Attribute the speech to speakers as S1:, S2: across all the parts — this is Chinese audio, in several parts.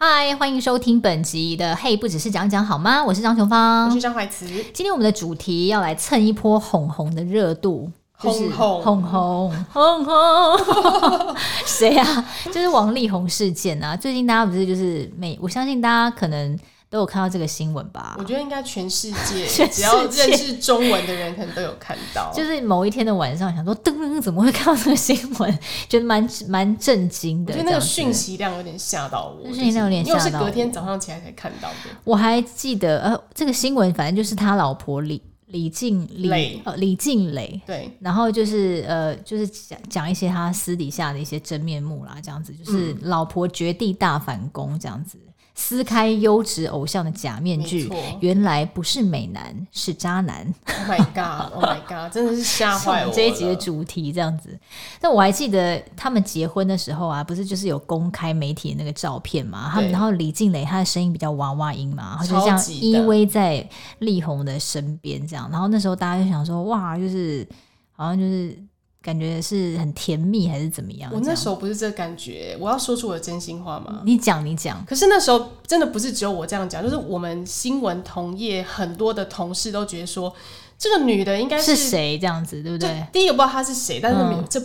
S1: 嗨，欢迎收听本集的《嘿，不只是讲讲好吗？》我是张琼
S2: 我
S1: 芳
S2: 是。张怀慈，
S1: 今天我们的主题要来蹭一波红红的热度，就是
S2: 哄
S1: 红红 红红， 谁啊？就是王力宏事件啊！最近大家不是就是每，我相信大家可能都有看到这个新闻吧
S2: 我？觉得应该全世 界
S1: 全世界
S2: 只要认识中文的人，可能都有看到。
S1: 就是某一天的晚上，想说噔噔噔，怎么会看到这个新闻？ 觉得蛮蛮震惊
S2: 我
S1: 的。
S2: 觉得那个
S1: 这样子
S2: 讯息量有点吓到我，
S1: 那讯息量有点
S2: 就是因为我是
S1: 吓到我
S2: 隔天早上起来才看到的。
S1: 我还记得，呃，这个新闻反正就是他老婆李李静李
S2: 磊
S1: 呃李静蕾，
S2: 对，
S1: 然后就是呃就是讲讲一些他私底下的一些真面目啦，这样子就是
S2: 嗯
S1: 老婆绝地大反攻这样子。撕开优质偶像的假面具
S2: 没错，
S1: 原来不是美男，是渣男。
S2: Oh my god！Oh my god！真的是吓
S1: 是我
S2: 坏
S1: 们
S2: 我
S1: 这一集的
S2: 了
S1: 主题这样子。但我还记得他们结婚的时候啊，不是就是有公开媒体的那个照片嘛？他们
S2: 对
S1: 然后李静蕾她的声音比较娃娃音嘛，然后就
S2: 超
S1: 这样
S2: 级
S1: 依
S2: 的
S1: 偎在力宏的身边这样。然后那时候大家就想说，哇，就是好像就是感觉是很甜蜜还是怎么样？
S2: 我
S1: 这
S2: 那
S1: 样
S2: 时候不是这感觉，我要说出我的真心话吗？
S1: 你讲你讲，
S2: 可是那时候真的不是只有我这样讲，就是我们新闻同业很多的同事都觉得说，这个女的应该
S1: 是
S2: 是
S1: 谁这样子对不
S2: 就
S1: 对？
S2: 第一个不知道她是谁，但是
S1: 嗯
S2: 没有这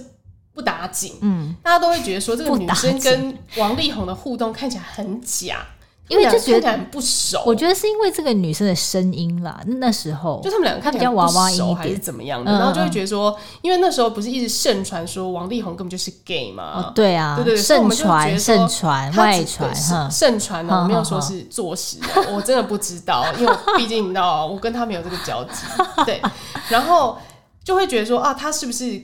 S2: 不打紧，
S1: 嗯，
S2: 大家都会觉得说这个
S1: 不
S2: 女
S1: 打
S2: 生
S1: 紧
S2: 跟王力宏的互动看起来很假，
S1: 因为
S2: 他
S1: 就
S2: 们
S1: 觉
S2: 俩看起
S1: 得
S2: 来很不熟。
S1: 我觉得是因为这个女生的声音啦，那时候
S2: 就他们两个看起来
S1: 她比较娃娃音一点
S2: 不熟还是怎么样的，
S1: 嗯嗯
S2: 然后就会觉得说，因为那时候不是一直盛传说王力宏根本就是 gay
S1: 哦
S2: 嘛，
S1: 对啊，
S2: 对对对所以我
S1: 盛传
S2: 们就觉得
S1: 盛
S2: 说
S1: 传
S2: 他
S1: 外
S2: 只
S1: 传
S2: 对
S1: 哈
S2: 是。盛传呢，
S1: 哼
S2: 我没有
S1: 哼
S2: 说是坐实的，我真的不知 道，因为我毕竟你知道，我跟他没有这个交集，对，然后就会觉得说啊，他是不是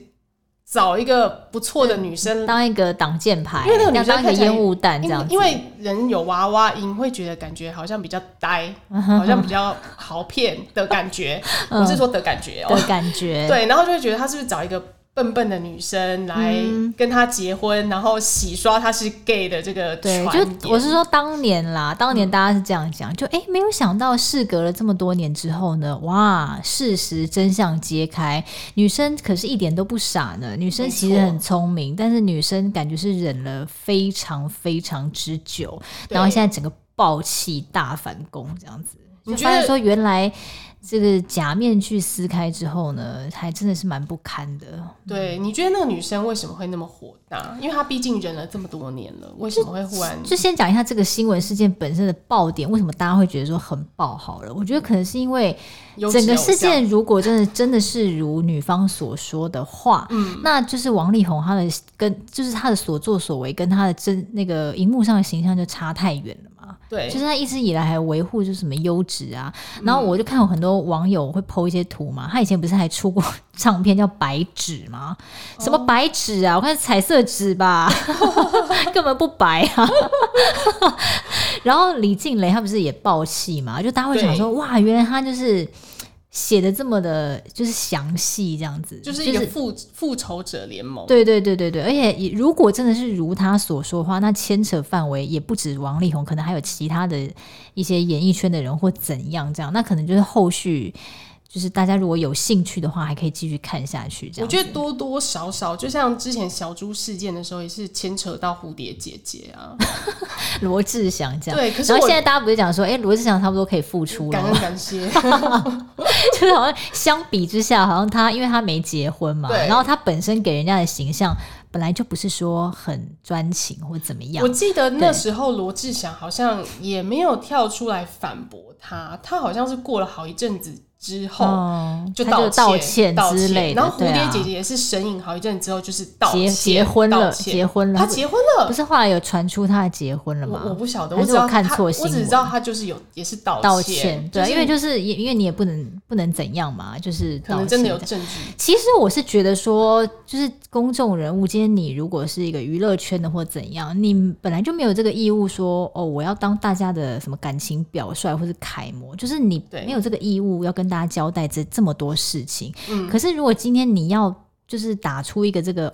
S2: 找一个不错的女生
S1: 当一个挡箭牌，
S2: 因为那个女
S1: 要
S2: 生
S1: 当一个
S2: 看起来
S1: 烟雾弹这
S2: 因为
S1: 样子，
S2: 因为人有娃娃音，会觉得感觉好像比较呆，好像比较好骗的感 觉。我是说的感觉哦、
S1: 的感觉。
S2: 对，然后就会觉得他是不是找一个笨笨的女生来跟他结婚，然后洗刷他是 gay 的这个
S1: 对，
S2: 传言嗯
S1: 就我是说当年啦，当年大家是这样讲，就哎、诶没有想到事隔了这么多年之后呢，哇，事实真相揭开，女生可是一点都不傻呢，女生其实
S2: 没错
S1: 很聪明，但是女生感觉是忍了非常非常之久，
S2: 对
S1: 然后现在整个暴气大反攻这样子，
S2: 你
S1: 就
S2: 觉
S1: 发现
S2: 得
S1: 说原来这个假面具撕开之后呢，还真的是蛮不堪的。
S2: 对，你觉得那个女生为什么会那么火大？因为她毕竟忍了这么多年了，为什么会忽然？
S1: 就先讲一下这个新闻事件本身的爆点，为什么大家会觉得说很爆？好了，我觉得可能是因为
S2: 有
S1: 整
S2: 指
S1: 个
S2: 有啊
S1: 事
S2: 笑
S1: 件如果真的真的是如女方所说的话，嗯，那就是王力宏他的跟就是他的所作所为跟他的真那个荧幕上的形象就差太远了嘛。
S2: 对，嗯
S1: 就是他一直以来还维护就是什么优质啊，然后我就看有很多网友会 PO 一些图嘛，他以前不是还出过唱片叫《白纸》吗？什么白纸啊？我看是彩色纸 吧，根本不白啊。然后李静蕾她不是也爆气嘛，就大家会想说哇，原来她就是写的这么的，就是详细这样子，
S2: 就是一个复复仇者联盟。
S1: 对对对对对，而且也如果真的是如他所说的话，那牵扯范围也不止王力宏，可能还有其他的一些演艺圈的人或怎样这样，那可能就是后续就是大家如果有兴趣的话，还可以继续看下去这
S2: 我
S1: 样。
S2: 觉得多多少少，就像之前小猪事件的时候，也是牵扯到蝴蝶姐姐啊。
S1: 罗志祥这样。
S2: 对，可是
S1: 然
S2: 我
S1: 后现在大家不是讲说，哎、罗志祥差不多可以复出
S2: 感
S1: 了
S2: 恩，感谢，
S1: 就是好像相比之下，好像他因为他没结婚嘛，
S2: 对
S1: 然后他本身给人家的形象本来就不是说很专情或怎么样
S2: 我，记得那时候罗志祥好像也没有跳出来反驳他，他好像是过了好一阵子之后。
S1: 哦
S2: 就
S1: 他就
S2: 道
S1: 歉
S2: 道
S1: 之类的。
S2: 然后蝴
S1: 对
S2: 蝶
S1: 啊
S2: 姐姐也是神隐好一阵之后，就是道
S1: 结
S2: 歉
S1: 结婚
S2: 道
S1: 了，
S2: 歉
S1: 结婚了，
S2: 她
S1: 不
S2: 结婚了，
S1: 不是后来有传出他结婚了
S2: 我我
S1: 吗？
S2: 不晓得，
S1: 还
S2: 我
S1: 是
S2: 只知道
S1: 我看
S2: 她
S1: 错
S2: 我
S1: 新
S2: 只
S1: 闻
S2: 知道她就是有也是道
S1: 道
S2: 歉
S1: 歉，，对啊，因为
S2: 是
S1: 就是也因为你也不能不能怎样嘛，就是
S2: 可
S1: 道
S2: 能真
S1: 歉
S2: 的有
S1: 这样。
S2: 证据，
S1: 其实我是觉得说，就是公众人物，今天你如果是一个娱乐圈的或怎样，你本来就没有这个义务说哦，我要当大家的什么感情表率或是楷模，就是你
S2: 对
S1: 没有这个义务要跟大家交代这这么多事情。
S2: 嗯
S1: 可是如果今天你要就是打出一个这个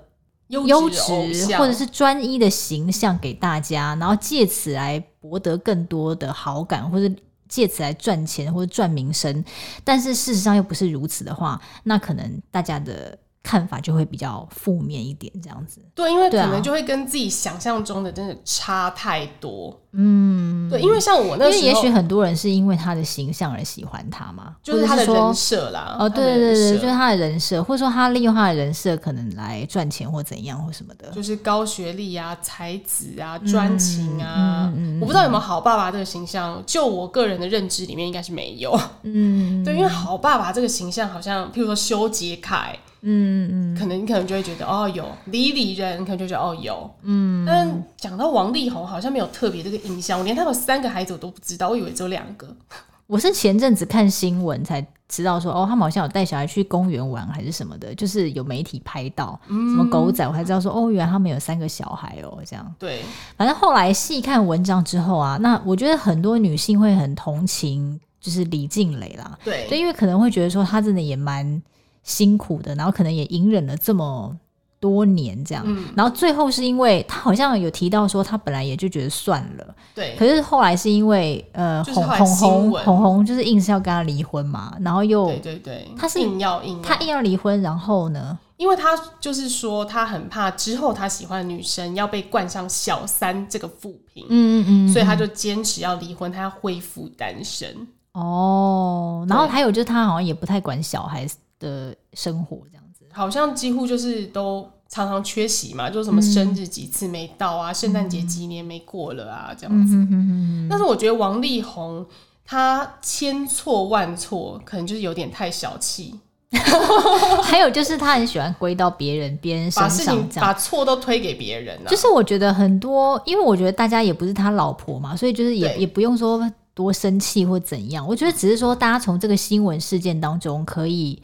S1: 优
S2: 优
S1: 质
S2: 偶像
S1: 或者是专一的形象给大家，然后借此来博得更多的好感，或者借此来赚钱或者赚名声。但是事实上又不是如此的话，那可能大家的看法就会比较负面一点，这样子。
S2: 对，因为可
S1: 对啊
S2: 能就会跟自己想象中的真的差太多。
S1: 嗯，
S2: 对，因为像我
S1: 因
S2: 那
S1: 为
S2: 时
S1: 也
S2: 候
S1: 许，很多人是因为他的形象而喜欢他嘛，
S2: 就是
S1: 或
S2: 他
S1: 者
S2: 的
S1: 是说
S2: 人设啦。
S1: 哦，
S2: 他
S1: 对
S2: 的
S1: 对
S2: 人
S1: 对对，
S2: 设
S1: 就是他的人设，或者说他利用他的人设可能来赚钱或怎样或什么的。
S2: 就是高学历啊、才子啊、专情啊。
S1: 嗯嗯嗯
S2: 我不知道有没有好爸爸这个形象，就我个人的认知里面应该是没有。
S1: 嗯
S2: 对，因为好爸爸这个形象好像，譬如说修杰楷，
S1: 嗯嗯，
S2: 可能你可能就会觉得哦有，李李仁可能就觉得哦有，嗯。但讲到王力宏，好像没有特别这个印象，我连他有三个孩子我都不知道，我以为只有两个。
S1: 我是前阵子看新闻才知道说，哦，他们好像有带小孩去公园玩还是什么的，就是有媒体拍到、什么狗仔，我才知道说，哦，原来他们有三个小孩哦，这样。
S2: 对，
S1: 反正后来细看文章之后啊，那我觉得很多女性会很同情，就是李静蕾啦，
S2: 对，
S1: 对，因为可能会觉得说她真的也蛮辛苦的，然后可能也隐忍了这么多年这样，
S2: 嗯
S1: 然后最后是因为她好像有提到说她本来也就觉得算了，
S2: 对，
S1: 可是后来是因为呃
S2: 就是
S1: 红
S2: 后来
S1: 红
S2: 新
S1: 红
S2: 闻
S1: 红红就是硬是要跟她离婚嘛，然后又
S2: 对对对，
S1: 哦他是
S2: 硬要硬要，
S1: 她硬要离婚，然后呢，
S2: 因为他就是说他很怕之后他喜欢的女生要被冠上小三这个负评，
S1: 嗯嗯
S2: 所以他就坚持要离婚，他要恢复单身。
S1: 哦，然后
S2: 对
S1: 还有就是她好像也不太管小孩的生活这样子，
S2: 好像几乎就是都常常缺席嘛，就是什么生日几次没到啊，圣诞节几年没过了啊，这样子。
S1: 嗯嗯哼哼哼，
S2: 但是我觉得王力宏他千错万错，可能就是有点太小气，
S1: 还有就是她很喜欢归到别人别人
S2: 把
S1: 身
S2: 事
S1: 上
S2: 情
S1: 这样
S2: 把错都推给别人啊。
S1: 就是我觉得很多，因为我觉得大家也不是他老婆嘛，所以就是也
S2: 对
S1: 也不用说多生气或怎样。我觉得只是说，大家从这个新闻事件当中可以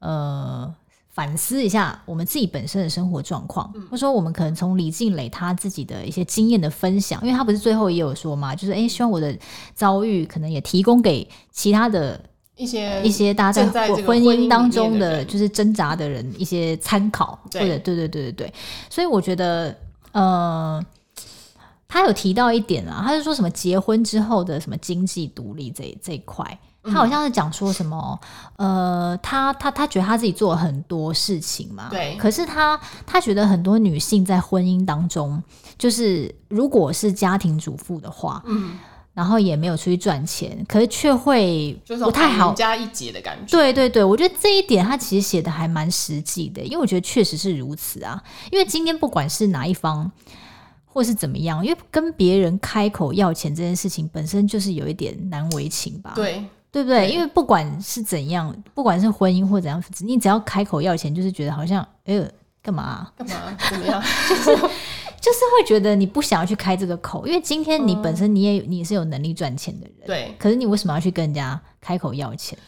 S1: 呃反思一下我们自己本身的生活状况，
S2: 嗯
S1: 或者说我们可能从李静蕾她自己的一些经验的分享，因为她不是最后也有说嘛，就是哎、诶希望我的遭遇可能也提供给其他的
S2: 一些
S1: 一些大家
S2: 正
S1: 在
S2: 在这
S1: 婚
S2: 个
S1: 婚
S2: 婚姻里
S1: 姻当
S2: 面
S1: 中
S2: 的
S1: 的
S2: 人
S1: 就是挣扎的人一些参考，或
S2: 对
S1: 者对对对对对，所以我觉得呃。他有提到一点啊，他是说什么结婚之后的什么经济独立这一这一块，
S2: 嗯
S1: 他好像是讲说什么，呃，他他他觉得他自己做了很多事情嘛，
S2: 对
S1: 可是他他觉得很多女性在婚姻当中，就是如果是家庭主妇的话，
S2: 嗯，
S1: 然后也没有出去赚钱，可是却会
S2: 就是
S1: 不太好。
S2: 加一截的感觉。
S1: 对对对，我觉得这一点他其实写的还蛮实际的，因为我觉得确实是如此啊。因为今天不管是哪一方，或是怎么样，因为跟别人开口要钱这件事情本身就是有一点难为情吧，
S2: 对
S1: 对不对？
S2: 对
S1: 因为不管是怎样，不管是婚姻或怎样，你只要开口要钱，就是觉得好像哎呦干嘛啊、
S2: 干嘛？怎么 样？
S1: 就是会觉得你不想要去开这个口，因为今天你本身你也你是有能力赚钱的人，
S2: 嗯对
S1: 可是你为什么要去跟人家开口要钱？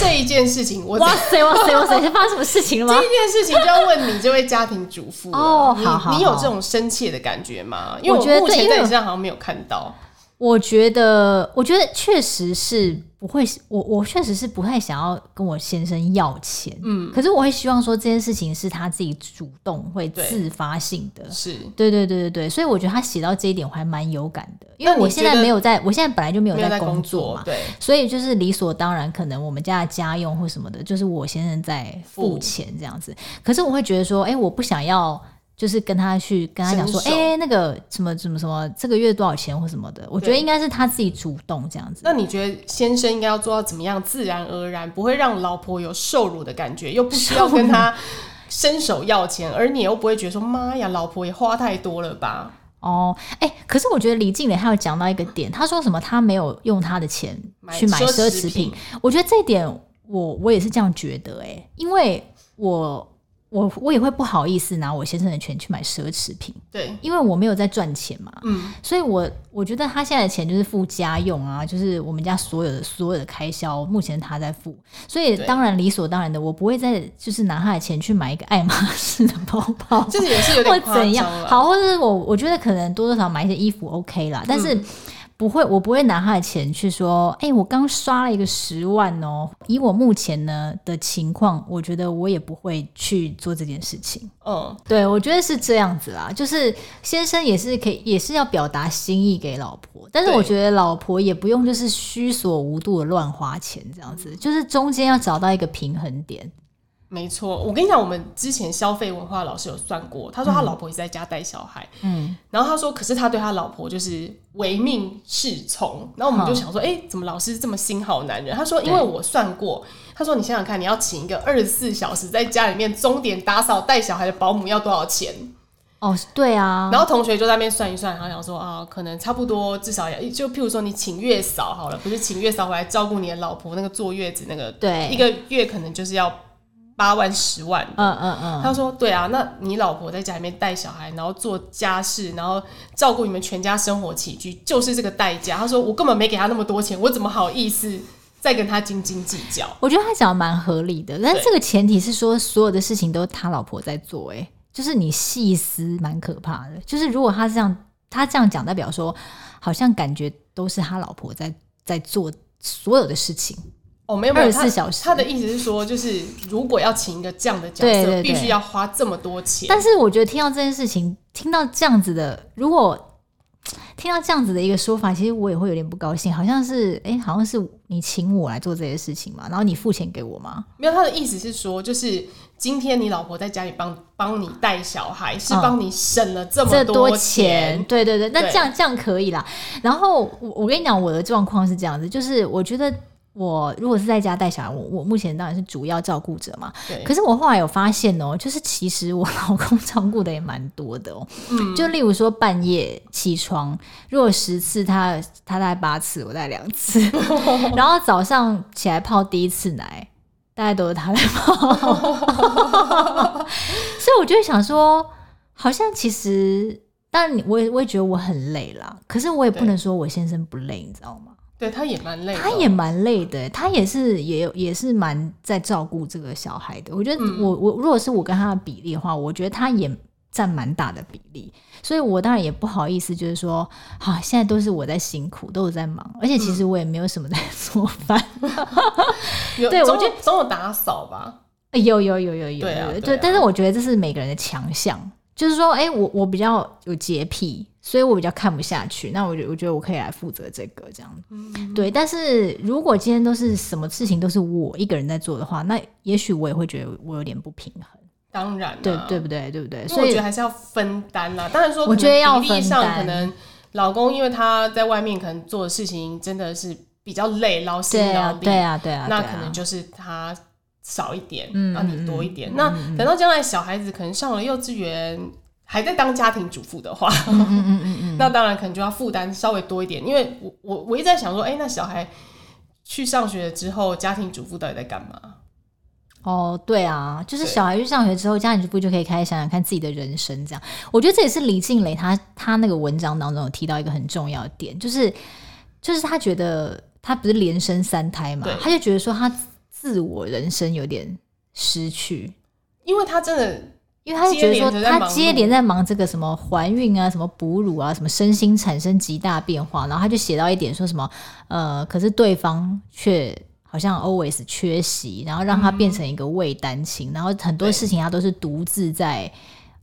S2: 这一件事情，我
S1: 哇塞哇塞哇塞，是发生什么事情了
S2: 这
S1: 吗？
S2: 一件事情就要问你这位家庭主妇 了
S1: 哦
S2: 你
S1: 好好
S2: 你有
S1: 好
S2: 这种深切的感觉吗？因为
S1: 我觉得
S2: 目
S1: 对
S2: 前
S1: 因
S2: 在
S1: 为
S2: 你身上好像没有看到。
S1: 我觉得，我觉得确实是不会，我我确实是不太想要跟我先生要钱，嗯，可是我会希望说这件事情是他自己主动会
S2: 对
S1: 自发性的。
S2: 是，
S1: 对对对对对，所以我觉得他写到这一点我还蛮有感的，因为
S2: 那你
S1: 我现
S2: 觉
S1: 在
S2: 得
S1: 没有在，我现在本来就没有
S2: 没有
S1: 在
S2: 在
S1: 工
S2: 工
S1: 作嘛，
S2: 对，
S1: 所以就是理所当然，可能我们家的家用或什么的，就是我先生在付钱这样子。可是我会觉得说，哎、我不想要，就是跟他去跟他讲说，
S2: 伸手
S1: 哎、那个什么什么什么，这个月多少钱或什么的。我觉得应该是他自己主动这样子。
S2: 那你觉得先生应该要做到怎么样，自然而然不会让老婆有受辱的感觉，又不需要跟他伸手要钱，而你又不会觉得说妈呀，老婆也花太多了吧？
S1: 哦，哎、可是我觉得李静蕾还有讲到一个点，她说什么她没有用她的钱去买奢侈
S2: 侈
S1: 品，，我觉得这一点我我也是这样觉得哎、因为我我我也会不好意思拿我先生的钱去买奢侈品。
S2: 对，
S1: 因为我没有在赚钱嘛，
S2: 嗯，
S1: 所以我我觉得他现在的钱就是付家用啊，就是我们家所有的所有的开销，目前他在付，所以
S2: 对
S1: 当然理所当然的，我不会再就是拿他的钱去买一个爱马仕的包包，
S2: 这也是 有
S1: 或
S2: 点夸
S1: 怎样
S2: 张，了。
S1: 好，或者是我我觉得可能多多少少买一些衣服 OK 啦，但是。不会，我不会拿他的钱去说，哎、我刚刷了一个十万哦。以我目前呢的情况，我觉得我也不会去做这件事情。
S2: 嗯，
S1: 对，我觉得是这样子啦，就是先生也是可以，也是要表达心意给老婆，但是
S2: 对
S1: 我觉得老婆也不用就是虚所无度的乱花钱这样子，就是中间要找到一个平衡点。
S2: 没错，我跟你讲，我们之前消费文化老师有算过，他说他老婆也在家带小孩，
S1: 嗯，
S2: 然后他说，可是他对他老婆就是唯命是从。然后我们就想说，哎、怎么老师这么心好男人？他说，因为我算过，他说你想想看，你要请一个二十四小时在家里面钟点打扫带小孩的保姆要多少钱？
S1: 哦，对啊，
S2: 然后同学就在那边算一算，然后想说啊，可能差不多至少也就譬如说你请月嫂好了，不是请月嫂回来照顾你的老婆那个坐月子那个，
S1: 对
S2: 一个月可能就是要八万十万。
S1: 嗯嗯嗯，
S2: 他说：“对啊，那你老婆在家里面带小孩，然后做家事，然后照顾你们全家生活起居，就是这个代价。”他说：“我根本没给他那么多钱，我怎么好意思再跟他斤斤计较
S1: 我觉得他讲的蛮合理的，但是
S2: 对
S1: 这个前提是说所有的事情都他老婆在做、欸，就是你细思蛮可怕的。就是如果他这样，他这样讲，代表说好像感觉都是他老婆在在做所有的事情，？”
S2: 哦，没有没有，他
S1: 24小时
S2: 他的意思是说，就是如果要请一个这样的角
S1: 对
S2: 色，
S1: 对对
S2: 必须要花这么多钱。
S1: 但是我觉得听到这件事情，听到这样子的，如果听到这样子的一个说法，其实我也会有点不高兴，好像是哎、好像是你请我来做这些事情嘛，然后你付钱给我嘛，
S2: 没有，他的意思是说，就是今天你老婆在家里帮帮你带小孩，是
S1: 嗯
S2: 帮你省了这么
S1: 这
S2: 多
S1: 钱，对对对，那
S2: 对
S1: 这样这样可以啦。然后我我跟你讲，我的状况是这样子，就是我觉得我如果是在家带小孩，我我目前当然是主要照顾者嘛，
S2: 对，
S1: 可是我后来有发现哦、就是其实我老公照顾的也蛮多的哦、
S2: 嗯
S1: 就例如说半夜起床，如果十次他他大概八次，我大概两 次，然后早上起来泡第一次奶，大概都是他在 泡，所以我就会想说，好像其实，但我也我也觉得我很累啦，可是我也不
S2: 对
S1: 能说我先生不累，你知道吗？
S2: 对，他也蛮累的，
S1: 他也蛮累的，他也是也有也是蛮在照顾这个小孩的。我觉得
S2: 嗯
S1: 我、我如果是我跟他的比例的话，我觉得他也占蛮大的比例，所以我当然也不好意思，就是说，好、现在都是我在辛苦，都有在忙，而且其
S2: 嗯
S1: 实我也没有什么在做饭。
S2: 有
S1: 对我
S2: 总有
S1: 觉
S2: 总有打扫吧，
S1: 哎有有有有有有，
S2: 对啊
S1: 有
S2: 对
S1: 对
S2: 啊
S1: 但是我觉得这是每个人的强项，就是说，哎、我我比较有洁癖，所以我比较看不下去，那我觉我觉得我可以来负责这个这样子。
S2: 嗯
S1: 对，但是如果今天都是什么事情都是我一个人在做的话，那也许我也会觉得我有点不平衡，
S2: 当然、啊，
S1: 对对不对？对不对？
S2: 因为
S1: 所
S2: 我觉
S1: 以
S2: 得还是要分担啦。当然说，
S1: 我觉得要
S2: 比例
S1: 分
S2: 上
S1: 担
S2: 可能老公因为他在外面可能做的事情真的是比较累，劳心
S1: 对
S2: 劳
S1: 啊，
S2: 力，
S1: 对啊，对啊，
S2: 那
S1: 对啊
S2: 可能就是他少一点，
S1: 嗯
S2: 那你多一点。
S1: 嗯
S2: 那
S1: 嗯嗯
S2: 等到将来小孩子可能上了幼稚园，还在当家庭主妇的话，
S1: 嗯嗯嗯嗯嗯，
S2: 那当然可能就要负担稍微多一点。因为我我我一直在想说，哎、那小孩去上学之后，家庭主妇到底在干嘛？
S1: 哦，对啊，就是
S2: 对
S1: 小孩去上学之后，家长就不就可以开始想想看自己的人生这样。我觉得这也是李静蕾她她那个文章当中有提到一个很重要的点，就是就是她觉得她不是连生三胎嘛
S2: 对，
S1: 她就觉得说她自我人生有点失去。
S2: 因为他真的
S1: 因为她就觉得说
S2: 接连着在忙
S1: 她
S2: 碌
S1: 接连在忙这个什么怀孕啊、什么哺乳啊、什么身心产生极大变化，然后她就写到一点说什么呃，可是对方却好像 always 缺席，然后让他变
S2: 嗯
S1: 成一个未单亲，然后很多
S2: 对
S1: 事情他都是独自在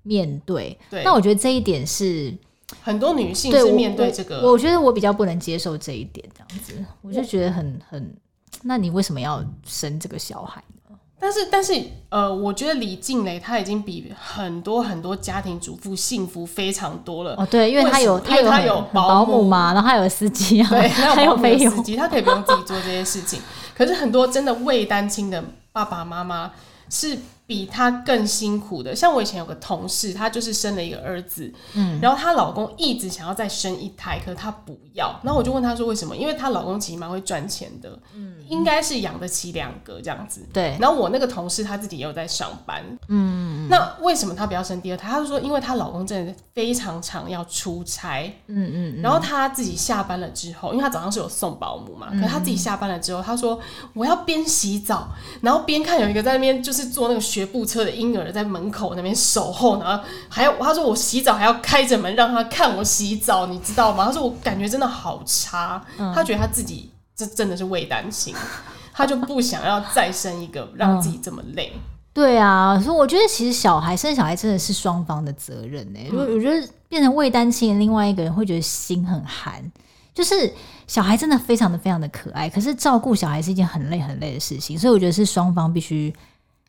S1: 面对。
S2: 对
S1: 那我觉得这一点是
S2: 很多女性
S1: 对
S2: 是
S1: 我
S2: 面对这个
S1: 我，我觉得我比较不能接受这一点，这样子，我就觉得很很，那你为什么要生这个小孩？
S2: 但是，但是，呃，我觉得李静蕾她已经比很多很多家庭主妇幸福非常多了。
S1: 哦，对，因为他有
S2: 为什么因为
S1: 他
S2: 他
S1: 有
S2: 有
S1: 很很
S2: 保
S1: 保
S2: 姆
S1: 姆嘛，然后他有司机啊，
S2: 对，
S1: 还
S2: 那
S1: 有费
S2: 司
S1: 用，
S2: 机，她可以不用自己做这些事 情。可是很多真的未单亲的爸爸妈妈是比她更辛苦的。像我以前有个同事，她就是生了一个儿子，
S1: 嗯，
S2: 然后她老公一直想要再生一胎，可是她不要。然后我就问她说为什么？因为她老公其实蛮会赚钱的，嗯，应该是养得起两个这样子。
S1: 对，
S2: 然后我那个同事她自己也有在上班，嗯，那为什么她不要生第二胎？她就说，因为她老公真的非常常要出差，
S1: 嗯嗯嗯，
S2: 然后她自己下班了之后，因为她早上是有送保姆嘛，可是她自己
S1: 嗯
S2: 下班了之后，她说我要边洗澡，然后边看有一个在那边就是坐那个学步车的婴儿在门口那边守候，然后还要她说我洗澡还要开着门让她看我洗澡，你知道吗？她说我感觉真的好差，
S1: 嗯
S2: 她觉得她自己这真的是未担心。她就不想要再生一个，让自己这么累。
S1: 对啊，所以我觉得其实小孩生小孩真的是双方的责任呢、如果
S2: 嗯
S1: 我觉得变成未单亲的另外一个人会觉得心很寒，就是小孩真的非常的非常的可爱，可是照顾小孩是一件很累很累的事情，所以我觉得是双方必须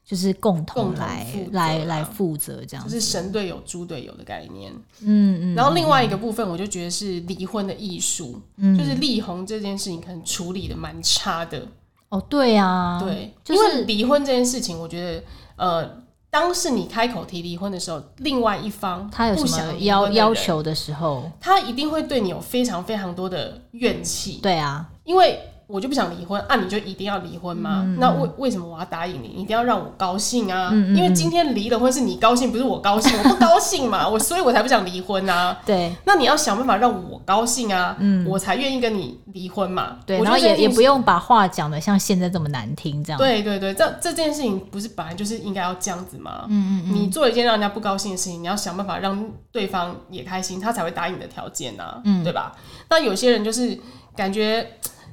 S1: 就是共同
S2: 共同
S1: 来
S2: 负责
S1: 来
S2: 啊
S1: 来负责这样
S2: 就
S1: 子。
S2: 是神队友、猪队友的概念。
S1: 嗯嗯
S2: 然后另外一个部分，我就觉得是离婚的艺术，
S1: 嗯
S2: 就是力宏这件事情可能处理的蛮差的。
S1: 哦，对啊，
S2: 对，
S1: 就
S2: 因为
S1: 是
S2: 离婚这件事情，我觉得呃，当是你开口提离婚的时候，另外一方
S1: 他有
S2: 不
S1: 什么
S2: 想离婚
S1: 要
S2: 的
S1: 要
S2: 人，
S1: 求的时候，
S2: 他一定会对你有非常非常多的怨气，
S1: 对啊，
S2: 因为。我就不想离婚，啊，你就一定要离婚吗？
S1: 嗯
S2: 那为为什么我要答应你？你一定要让我高兴啊！因为今天离了婚是你高兴，不是我高兴，我不高 兴嘛，我所以我才不想离婚啊。
S1: 对
S2: 那你要想办法让我高兴啊，我才愿意跟你离婚嘛。
S1: 嗯对，
S2: 我
S1: 然
S2: 觉
S1: 后
S2: 得
S1: 也
S2: 这件
S1: 也
S2: 事
S1: 不用把话讲的像现在这么难听这样。
S2: 对对对，这这件事情不是本来就是应该要这样子吗？嗯嗯你做一件让人家不高兴的事情，你要想办法让对方也开心，他才会答应你的条件啊，嗯、对吧？那有些人就是感觉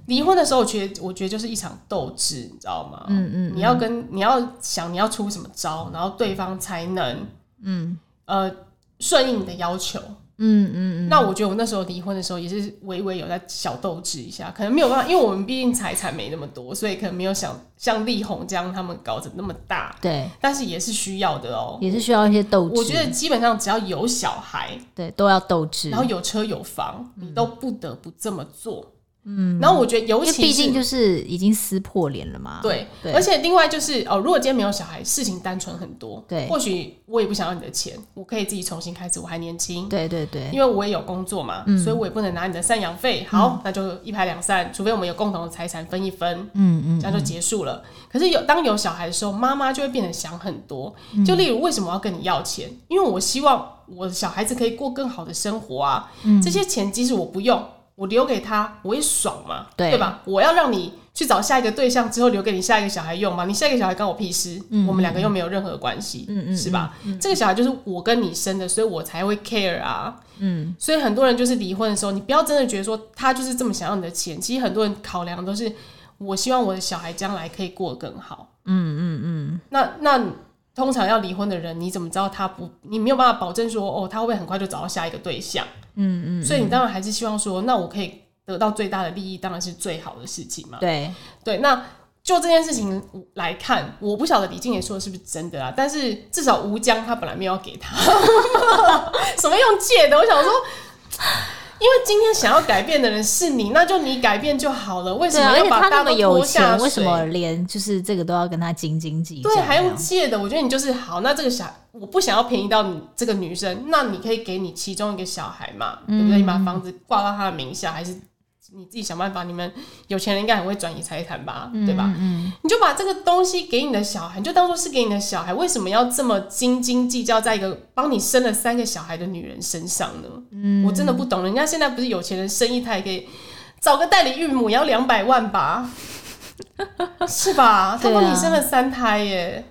S2: 离婚的时候，我觉得我觉得就是一场斗智，你知道吗？嗯嗯你要跟你要想你要出什么招，然后对方才能嗯呃顺应你的要求。
S1: 嗯嗯
S2: 那我觉得我那时候离婚的时候也是微微有在小斗志一下，可能没有办法，因为我们毕竟财产没那么多，所以可能没有想像力宏这样他们搞得那么大，
S1: 对，
S2: 但是也是需要的哦、
S1: 也是需要一些斗
S2: 我觉
S1: 志，
S2: 得基本上只要有小孩，
S1: 对，都要斗志。
S2: 然后有车有房，你都不得不这么做。嗯，然后我觉得
S1: 嗯
S2: 尤
S1: 因为
S2: 其
S1: 毕
S2: 是
S1: 竟就是已经撕破脸了嘛。
S2: 对，
S1: 对
S2: 而且另外就是哦，如果今天没有小孩，事情单纯很多。
S1: 对
S2: 或许我也不想要你的钱，我可以自己重新开始，我还年轻。
S1: 对对对，嗯
S2: 因为我也有工作嘛，所以我也不能拿你的赡养费。好，那就一拍两散，除非我们有共同的财产分一分，
S1: 嗯嗯，
S2: 这样就结束了。可是有当有小孩的时候，妈妈就会变得想很多。
S1: 嗯
S2: 就例如为什么要跟你要钱？因为我希望我的小孩子可以过更好的生活啊。这些钱即使我不用，我留给他，我也爽嘛，
S1: 对
S2: 吧？我要让你去找下一个对象之后，留给你下一个小孩用嘛。你下一个小孩关我屁事，我们两个又没有任何关系，是吧？这个小孩就是我跟你生的，所以我才会 care 啊。所以很多人就是离婚的时候，你不要真的觉得说他就是这么想要你的钱。其实很多人考量都是，我希望我的小孩将来可以过得更好。嗯嗯嗯。那那通常要离婚的人，你怎么知道他不？你没有办法保证说，哦，他会不会很快就找到下一个对象？嗯嗯。所以你当然还是希望说，那我可以得到最大的利益，当然是最好的事情嘛。
S1: 对，
S2: 对，那就这件事情来看，我不晓得李静也说的是不是真的啦，啊但是至少吴江他本来没有要给他 什么用借的，我想说。因为今天想要改变的人是你，那就你改变就好了。为什
S1: 对啊，
S2: 么
S1: 而
S2: 要
S1: 且
S2: 把
S1: 他
S2: 大
S1: 那么
S2: 家都
S1: 有
S2: 拖下
S1: 钱，
S2: 水？
S1: 为什么连就是这个都要跟他斤斤计较？
S2: 对，还
S1: 这
S2: 用
S1: 样
S2: 借的？我觉得你就是好，那这个小我不想要便宜到你这个女生，那你可以给你其中一个小孩嘛，对不对？你把房子挂到他的名下，还是你自己想办法？你们有钱人应该很会转移财产吧，
S1: 嗯
S2: 对吧？你就把这个东西给你的小孩，你就当做是给你的小孩，为什么要这么斤斤计较在一个帮你生了三个小孩的女人身上呢？
S1: 嗯
S2: 我真的不懂，人家现在不是有钱人生一胎也可以。找个代理孕母也要两百 万吧，是吧？他
S1: 对啊
S2: 帮你生了三胎耶，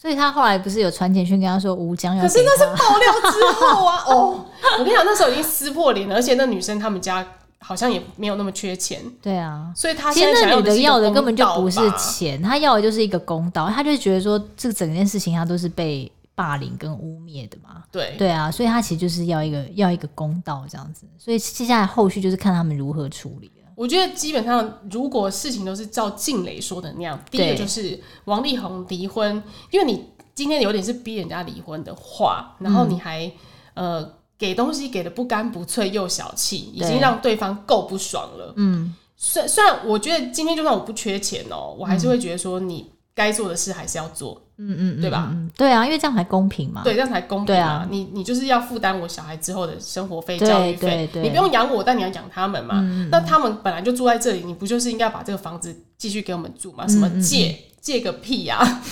S1: 所以他后来不是有传简讯跟他说吴江要
S2: 可
S1: 给
S2: 是那是
S1: 啊他，
S2: 爆料之后啊，哦，我跟你讲，那时候已经撕破脸了，而且那女生他们家好像也没有那么缺钱，
S1: 对啊。
S2: 所以她
S1: 其实
S2: 现在想
S1: 那女
S2: 的
S1: 的
S2: 是一个
S1: 要的根本就
S2: 公道
S1: 不是
S2: 吧
S1: 钱，她要的就是一个公道。她就觉得说，这整件事情她都是被霸凌跟污蔑的嘛。
S2: 对
S1: 对啊，所以她其实就是要一个要一个公道这样子。所以接下来后续就是看他们如何处理了。
S2: 我觉得基本上，如果事情都是照静蕾说的那样，第一个
S1: 对
S2: 就是王力宏离婚，因为你今天有点是逼人家离婚的话，然
S1: 嗯
S2: 后你还、呃给东西给的不干不脆又小气，已
S1: 对
S2: 经让对方够不爽了。嗯，虽虽然我觉得今天就算我不缺钱哦、我还是会觉得说你该做的事还是要做，
S1: 嗯嗯，嗯
S2: 对吧？
S1: 嗯，对啊，因为这样才公平嘛。
S2: 对，这样才公平
S1: 对
S2: 啊！
S1: 啊
S2: 你你就是要负担我小孩之后的生活费、
S1: 对
S2: 教育费
S1: 对，对嗯
S2: 你不用养我，但你要养他们嘛。那他们本来就住在这里，你不就是应该把这个房子继续给我们住吗？什么
S1: 嗯
S2: 借、借个屁呀、啊！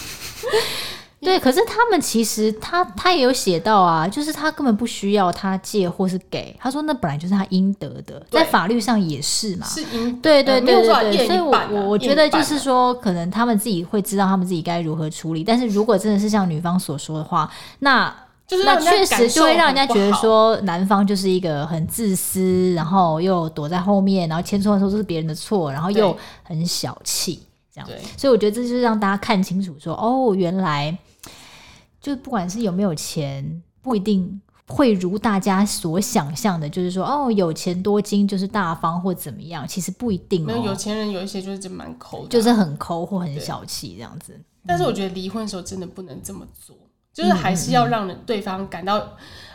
S1: 对，可是他们其实他他也有写到啊，就是他根本不需要他借或是给，他说那本来就是他应得的，
S2: 对
S1: 在法律上也是嘛。
S2: 是应
S1: 对对
S2: 呃没
S1: 对
S2: 有办法
S1: 对对，
S2: 验
S1: 所以
S2: 一
S1: 我
S2: 半啊
S1: 我我
S2: 验
S1: 觉得
S2: 一
S1: 就
S2: 半
S1: 是
S2: 啊
S1: 说，可能他们自己会知道他们自己该如何处理，但是如果真的是像女方所说的话，那
S2: 就是
S1: 那
S2: 让
S1: 确
S2: 人家感
S1: 实就会
S2: 受
S1: 让人家
S2: 很不
S1: 觉得
S2: 好
S1: 说，男方就是一个很自私，然后又躲在后面，然后牵错的时候都是别人的错，然后又
S2: 对
S1: 很小气这样
S2: 对。
S1: 所以我觉得这就是让大家看清楚说，哦，原来就不管是有没有钱，不一定。会如大家所想象的，就是说，哦，有钱多金就是大方或怎么样，其实不一定
S2: 没有有
S1: 哦，
S2: 钱人有一些就是真蛮抠的啊，
S1: 就是很抠或很小气这样子。
S2: 但是我觉得离婚的时候真的不能这么做，就是还是要让人对方感到，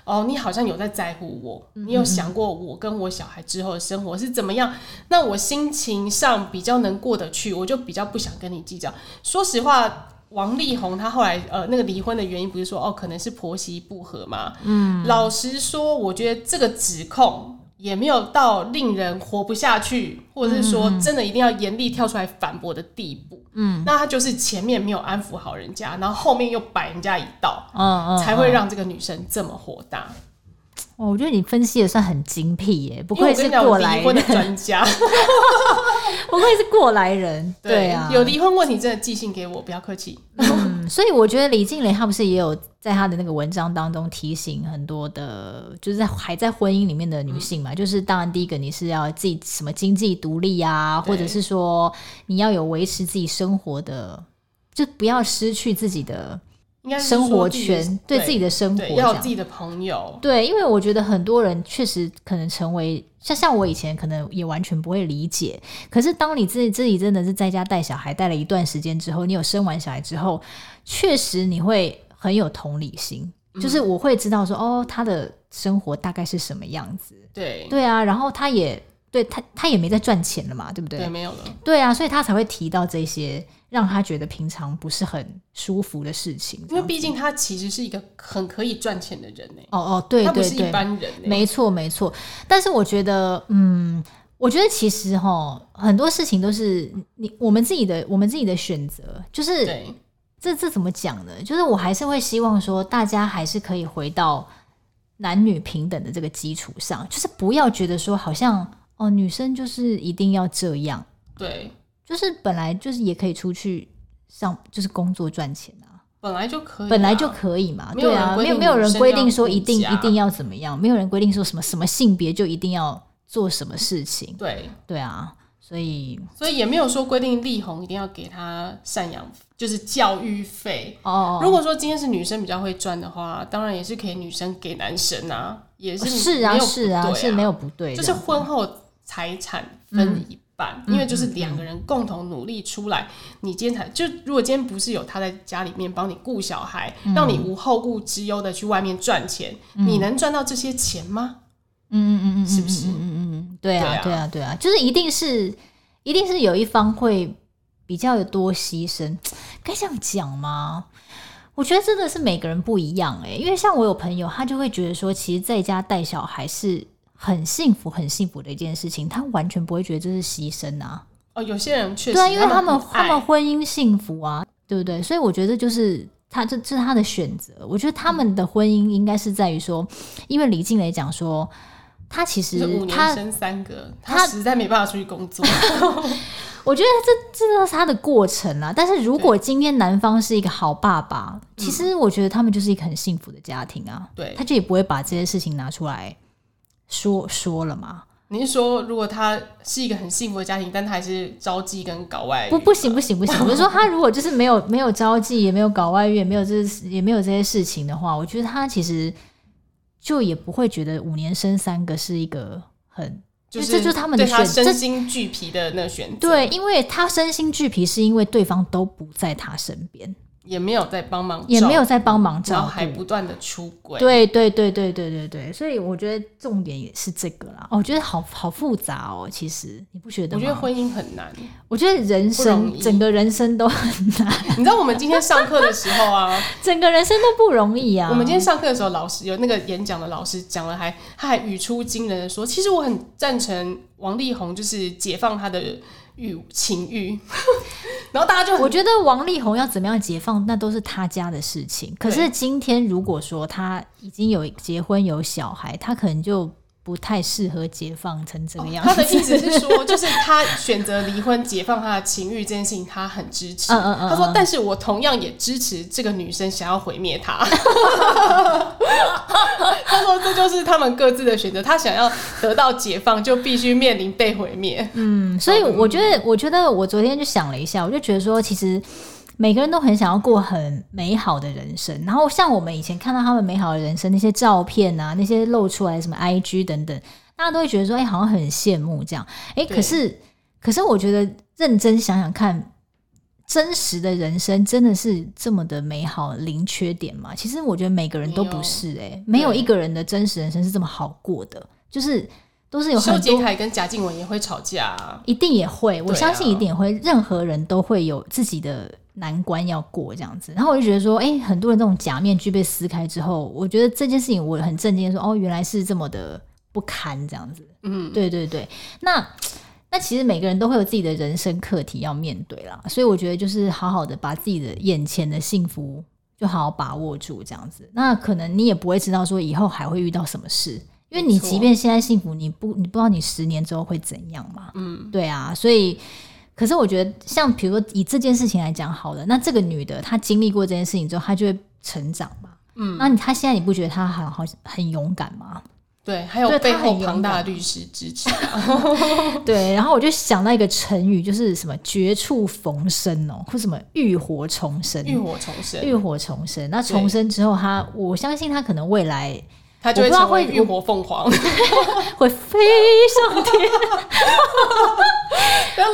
S2: 哦，你好像有在在乎我，你有想过我跟我小孩之后的生活是怎么样？那我心情上比较能过得去，我就比较不想跟你计较。说实话。王力宏他后来呃那个离婚的原因不是说哦可能是婆媳不和嘛，嗯，老实说，我觉得这个指控也没有到令人活不下去，或者是说真的一定要严厉跳出来反驳的地步，嗯，那他就是前面没有安抚好人家，然后后面又摆人家一道，
S1: 嗯嗯，
S2: 才会让这个女生这么火大。
S1: 哦，我觉得你分析的算很精辟耶，不
S2: 因为
S1: 愧是
S2: 我跟你讲，我
S1: 过来
S2: 离婚的
S1: 人，
S2: 专家，
S1: 不愧是过来人，对啊，
S2: 有离婚问题真的寄信给我，不要客气。
S1: 嗯，所以我觉得李静蕾她不是也有在她的那个文章当中提醒很多的，就是在还在婚姻里面的女性嘛，
S2: 嗯
S1: 就是当然第一个你是要自己什么经济独立啊，
S2: 对
S1: 或者是说你要有维持自己生活的，就不要失去自己的
S2: 应该是
S1: 生
S2: 说
S1: 活
S2: 自己
S1: 圈，对自己的生活
S2: 对
S1: 这
S2: 要有
S1: 样
S2: 自。己的朋友，
S1: 对，因为我觉得很多人确实可能成为像像我以前可能也完全不会理解，可是当你自己自己真的是在家带小孩带了一段时间之后，你有生完小孩之后，确实你会很有同理心，就是
S2: 嗯
S1: 我会知道说哦，他的生活大概是什么样子，
S2: 对
S1: 对啊，然后他也对他他也没在赚钱了嘛，对不对？
S2: 对，没有了。
S1: 对啊，所以他才会提到这些让他觉得平常不是很舒服的事情，这
S2: 因为
S1: 样
S2: 毕竟他其实是一个很可以赚钱的人呢、
S1: 哦哦，对
S2: 他不
S1: 对
S2: 是一
S1: 对，
S2: 般人、欸。
S1: 没错，没错。但是我觉得，嗯，我觉得其实哈，很多事情都是你我们自己的，我们自己的选择，就是
S2: 对，
S1: 这这怎么讲呢？就是我还是会希望说，大家还是可以回到男女平等的这个基础上，就是不要觉得说好像哦，女生就是一定要这样，
S2: 对，
S1: 就是本来就是也可以出去上，就是工作赚钱啊。
S2: 本来就可以啊、
S1: 本来就可以嘛，
S2: 没有
S1: 对
S2: 人
S1: 啊，
S2: 规
S1: 没有
S2: 定
S1: 没有
S2: 女
S1: 人
S2: 生
S1: 规
S2: 要
S1: 定说一
S2: 顾
S1: 定
S2: 家
S1: 一定要怎么样，没有人规定说什么什么性别就一定要做什么事情，
S2: 对，
S1: 对啊，所以
S2: 所以也没有说规定力宏一定要给他赡养，就是教育费。
S1: 哦，
S2: 如果说今天是女生比较会赚的话，当然也是可以女生给男生啊，也是
S1: 是
S2: 没
S1: 啊
S2: 有
S1: 是啊
S2: 不对
S1: 是没有不对的，
S2: 就是婚后财产分一半，
S1: 嗯
S2: 因为就是两个人共同努力出来，你今天才就如果今天不是有他在家里面帮你顾小孩，
S1: 嗯
S2: 让你无后顾之忧的去外面赚钱，你能赚到这些钱吗？
S1: 嗯嗯嗯嗯，
S2: 是不是
S1: 嗯嗯嗯嗯，对啊
S2: 对
S1: 对
S2: 啊
S1: 啊对啊，就是一定是一定是有一方会比较有多牺牲，该这样讲吗？我觉得真的是每个人不一样诶、因为像我有朋友，他就会觉得说，其实在家带小孩是很幸福、很幸福的一件事情，他完全不会觉得这是牺牲啊。
S2: 哦，有些人确实
S1: 对啊，因为他们
S2: 很
S1: 他
S2: 爱
S1: 们婚姻幸福啊，对不对？所以我觉得就是他这这是他的选择。我觉得他们的婚姻应该是在于说，因为李静蕾讲说，她其
S2: 就是
S1: 实
S2: 五年
S1: 她，
S2: 生三个，
S1: 他
S2: 他实在没办法出去工作，
S1: 我觉得这这是他的过程啊啦。但是如果今天男方是一个好爸爸，其实我觉得他们就是一个很幸福的家庭啊。
S2: 嗯 对
S1: 他就也不会把这些事情拿出来说说了嘛。
S2: 你是说如果他是一个很幸福的家庭，但他还是招妓跟搞外遇
S1: 不，不行，不行，不 行！我是说，他如果就是没有没有招妓，也没有搞外遇，也没有这也没有这些事情的话，我觉得他其实就也不会觉得五年生三个是一个很
S2: 就
S1: 这就是他们的
S2: 对他
S1: 选这
S2: 身心俱疲的那个选择，
S1: 对，因为他身心俱疲，是因为对方都不在他身边，
S2: 也没有在帮忙，
S1: 也没有在帮忙
S2: 然后
S1: 照
S2: 还
S1: 顾。
S2: 不断的出轨，
S1: 对对对对对对对，所以我觉得重点也是这个啦。哦我觉得好好复杂哦，其实你不觉得
S2: 我
S1: 吗？
S2: 觉得婚姻很难。
S1: 我觉得人
S2: 容
S1: 生
S2: 易
S1: 整个人生都
S2: 你知道我们今天上课的时 候啊，
S1: 整个人生都不容易啊。
S2: 我们今天上课的时候，老师有那个演讲的老师讲了还，他还语出惊人的说，其实我很赞成王力宏就是解放他的欲情欲， 然后大家就
S1: 我
S2: 很
S1: 觉得王力宏要怎么样解放，那都是他家的事情。可是今天如果说他已经有结婚有小孩，他可能就不太适合解放成这个样子。
S2: 哦他的意思是说，就是他选择离婚解放他的情欲这件事情，他很支持。
S1: 嗯嗯嗯嗯
S2: 他说，但是我同样也支持这个女生想要毁灭他。 他说，这就是他们各自的选择。他想要得到解放，就必须面临被毁灭。
S1: 嗯，所以我觉得，我觉得我昨天就想了一下，我就觉得说，其实每个人都很想要过很美好的人生。然后像我们以前看到他们美好的人生那些照片啊，那些露出来什么 IG 等等，大家都会觉得说，哎、好像很羡慕这样。哎、
S2: 对
S1: 可是可是我觉得认真想想看，真实的人生真的是这么的美好，零缺点吗？其实我觉得每个人都不是、欸，哎，没有一个人的真实人生是这么好过的，就是都是有
S2: 修
S1: 很
S2: 杰
S1: 多。
S2: 楷跟贾静雯也会吵架、啊，
S1: 一定也会，我
S2: 对啊
S1: 相信一定也会，任何人都会有自己的难关要过这样子。然后我就觉得说，哎、很多人这种假面具被撕开之后，我觉得这件事情我很震惊，说哦，原来是这么的不堪这样子。
S2: 嗯，
S1: 对对对，那。那其实每个人都会有自己的人生课题要面对啦，所以我觉得就是好好的把自己的眼前的幸福就好好把握住，这样子。那可能你也不会知道说以后还会遇到什么事，因为你
S2: 没错
S1: 即便现在幸福，你不你不知道你十年之后会怎样嘛。
S2: 嗯，
S1: 对啊，所以。可是我觉得，像比如说以这件事情来讲好了，那这个女的她经历过这件事情之后，她就会成长嘛。
S2: 嗯，
S1: 那你她现在你不觉得她很好很勇敢吗？
S2: 对，还有
S1: 对
S2: 背
S1: 他很
S2: 后
S1: 勇
S2: 庞大的
S1: 敢
S2: 律师支持，
S1: 对，然后我就想到一个成语，就是什么绝处逢生哦，或什么浴火重生。
S2: 浴火重 生，
S1: 浴火重生，那重生之后他，我相信他可能未来
S2: 他就
S1: 我
S2: 会
S1: 不知道
S2: 成为
S1: 会
S2: 浴火凤凰。
S1: 会飞上天。
S2: 但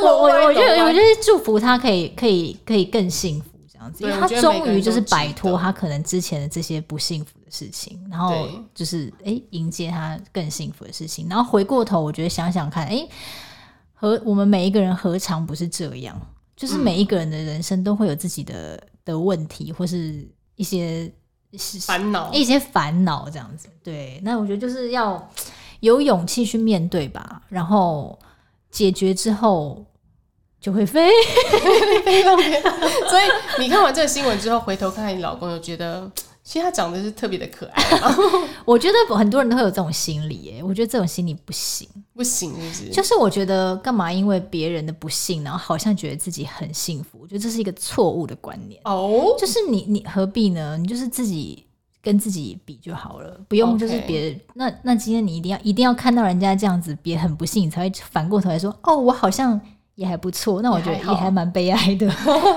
S1: 我我我觉得
S2: 龙歪
S1: 我就是祝福他可以可以可以更幸福这样子，因
S2: 对
S1: 为
S2: 我
S1: 他
S2: 觉得每
S1: 终
S2: 个人
S1: 于就是
S2: 都值
S1: 摆脱
S2: 得
S1: 他可能之前的这些不幸福的事情，然后
S2: 对
S1: 就是哎、诶迎接他更幸福的事情，然后回过头我觉得想想看，哎、和我们每一个人何尝不是这样？
S2: 嗯
S1: 就是每一个人的人生都会有自己的的问题或是一些是
S2: 烦恼，
S1: 一些烦恼这样子。对，那我觉得就是要有勇气去面对吧，然后解决之后就会飞。
S2: 所以你看完这个新闻之后，回头看看你老公，有觉得其实他长得是特别的可爱吗，
S1: 我觉得很多人都会有这种心理、耶，我觉得这种心理不行。
S2: 不行，是不？
S1: 就是是我觉得干嘛因为别人的不幸，然后好像觉得自己很幸福，我觉得这是一个错误的观念。
S2: 哦，
S1: 就是你你何必呢？你就是自己。跟自己比就好了，不用就是
S2: OK
S1: 别人。那那今天你一定要一定要看到人家这样子，别很不幸，你才会反过头来说，哦，我好像也还不错。那我觉得
S2: 也还
S1: 也
S2: 好
S1: 还蛮悲哀 的。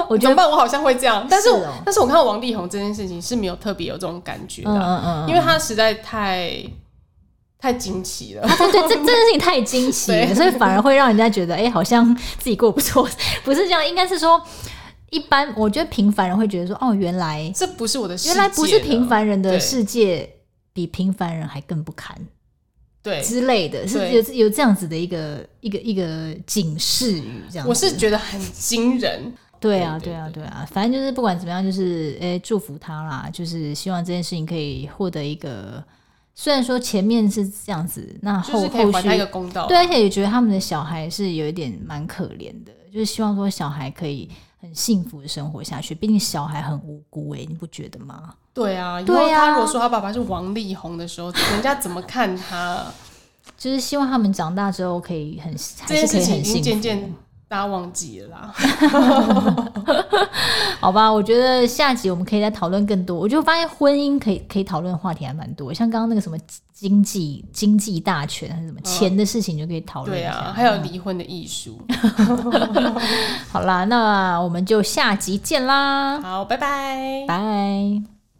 S1: 我觉得，
S2: 怎么办？我好像会这样，但是我
S1: 是哦
S2: 但是我看到王力宏这件事情是没有特别有这种感觉的
S1: 嗯
S2: 啊，
S1: 嗯嗯，
S2: 因为他实在太太惊奇了。
S1: 他对这这件事情太惊喜了，
S2: 对
S1: 所以反而会让人家觉得，哎、好像自己过得不错。不是这样，应该是说，一般我觉得平凡人会觉得说，哦，原来
S2: 这不是我的世界
S1: 原
S2: 了，
S1: 来不是平凡人的
S2: 对
S1: 世界，比平凡人还更不堪。
S2: 对，
S1: 之类的，是
S2: 对
S1: 有有这样子的一个一个一个警示语这样子。
S2: 我是觉得很惊人，
S1: 对啊，
S2: 对
S1: 对啊，对
S2: 对
S1: 啊，反正就是不管怎么样，就是诶、祝福他啦，就是希望这件事情可以获得一个，虽然说前面是这样子，那
S2: 就
S1: 后
S2: 是可以
S1: 后
S2: 还
S1: 续
S2: 他一个公道。
S1: 对，而且也觉得他们的小孩是有一点蛮可怜的，就是希望说小孩可以很幸福的生活下去，毕竟小孩很无辜诶、你不觉得吗？
S2: 对啊，以后
S1: 对啊
S2: 他如果说他爸爸是王力宏的时候，人家怎么看他？
S1: 就是希望他们长大之后可以很还
S2: 这件
S1: 是可
S2: 事
S1: 以
S2: 情已
S1: 很幸福
S2: 经。渐渐大家忘记了啦。
S1: 好吧，我觉得下集我们可以再讨论更多。我就发现婚姻可以可以讨论的话题还蛮多，像刚刚那个什么经济经济大权还是什么钱的事情，就可以讨论一
S2: 对
S1: 下。
S2: 啊，还有离婚的 艺术。
S1: 好啦，那我们就下集见啦，
S2: 好，拜拜。
S1: 拜。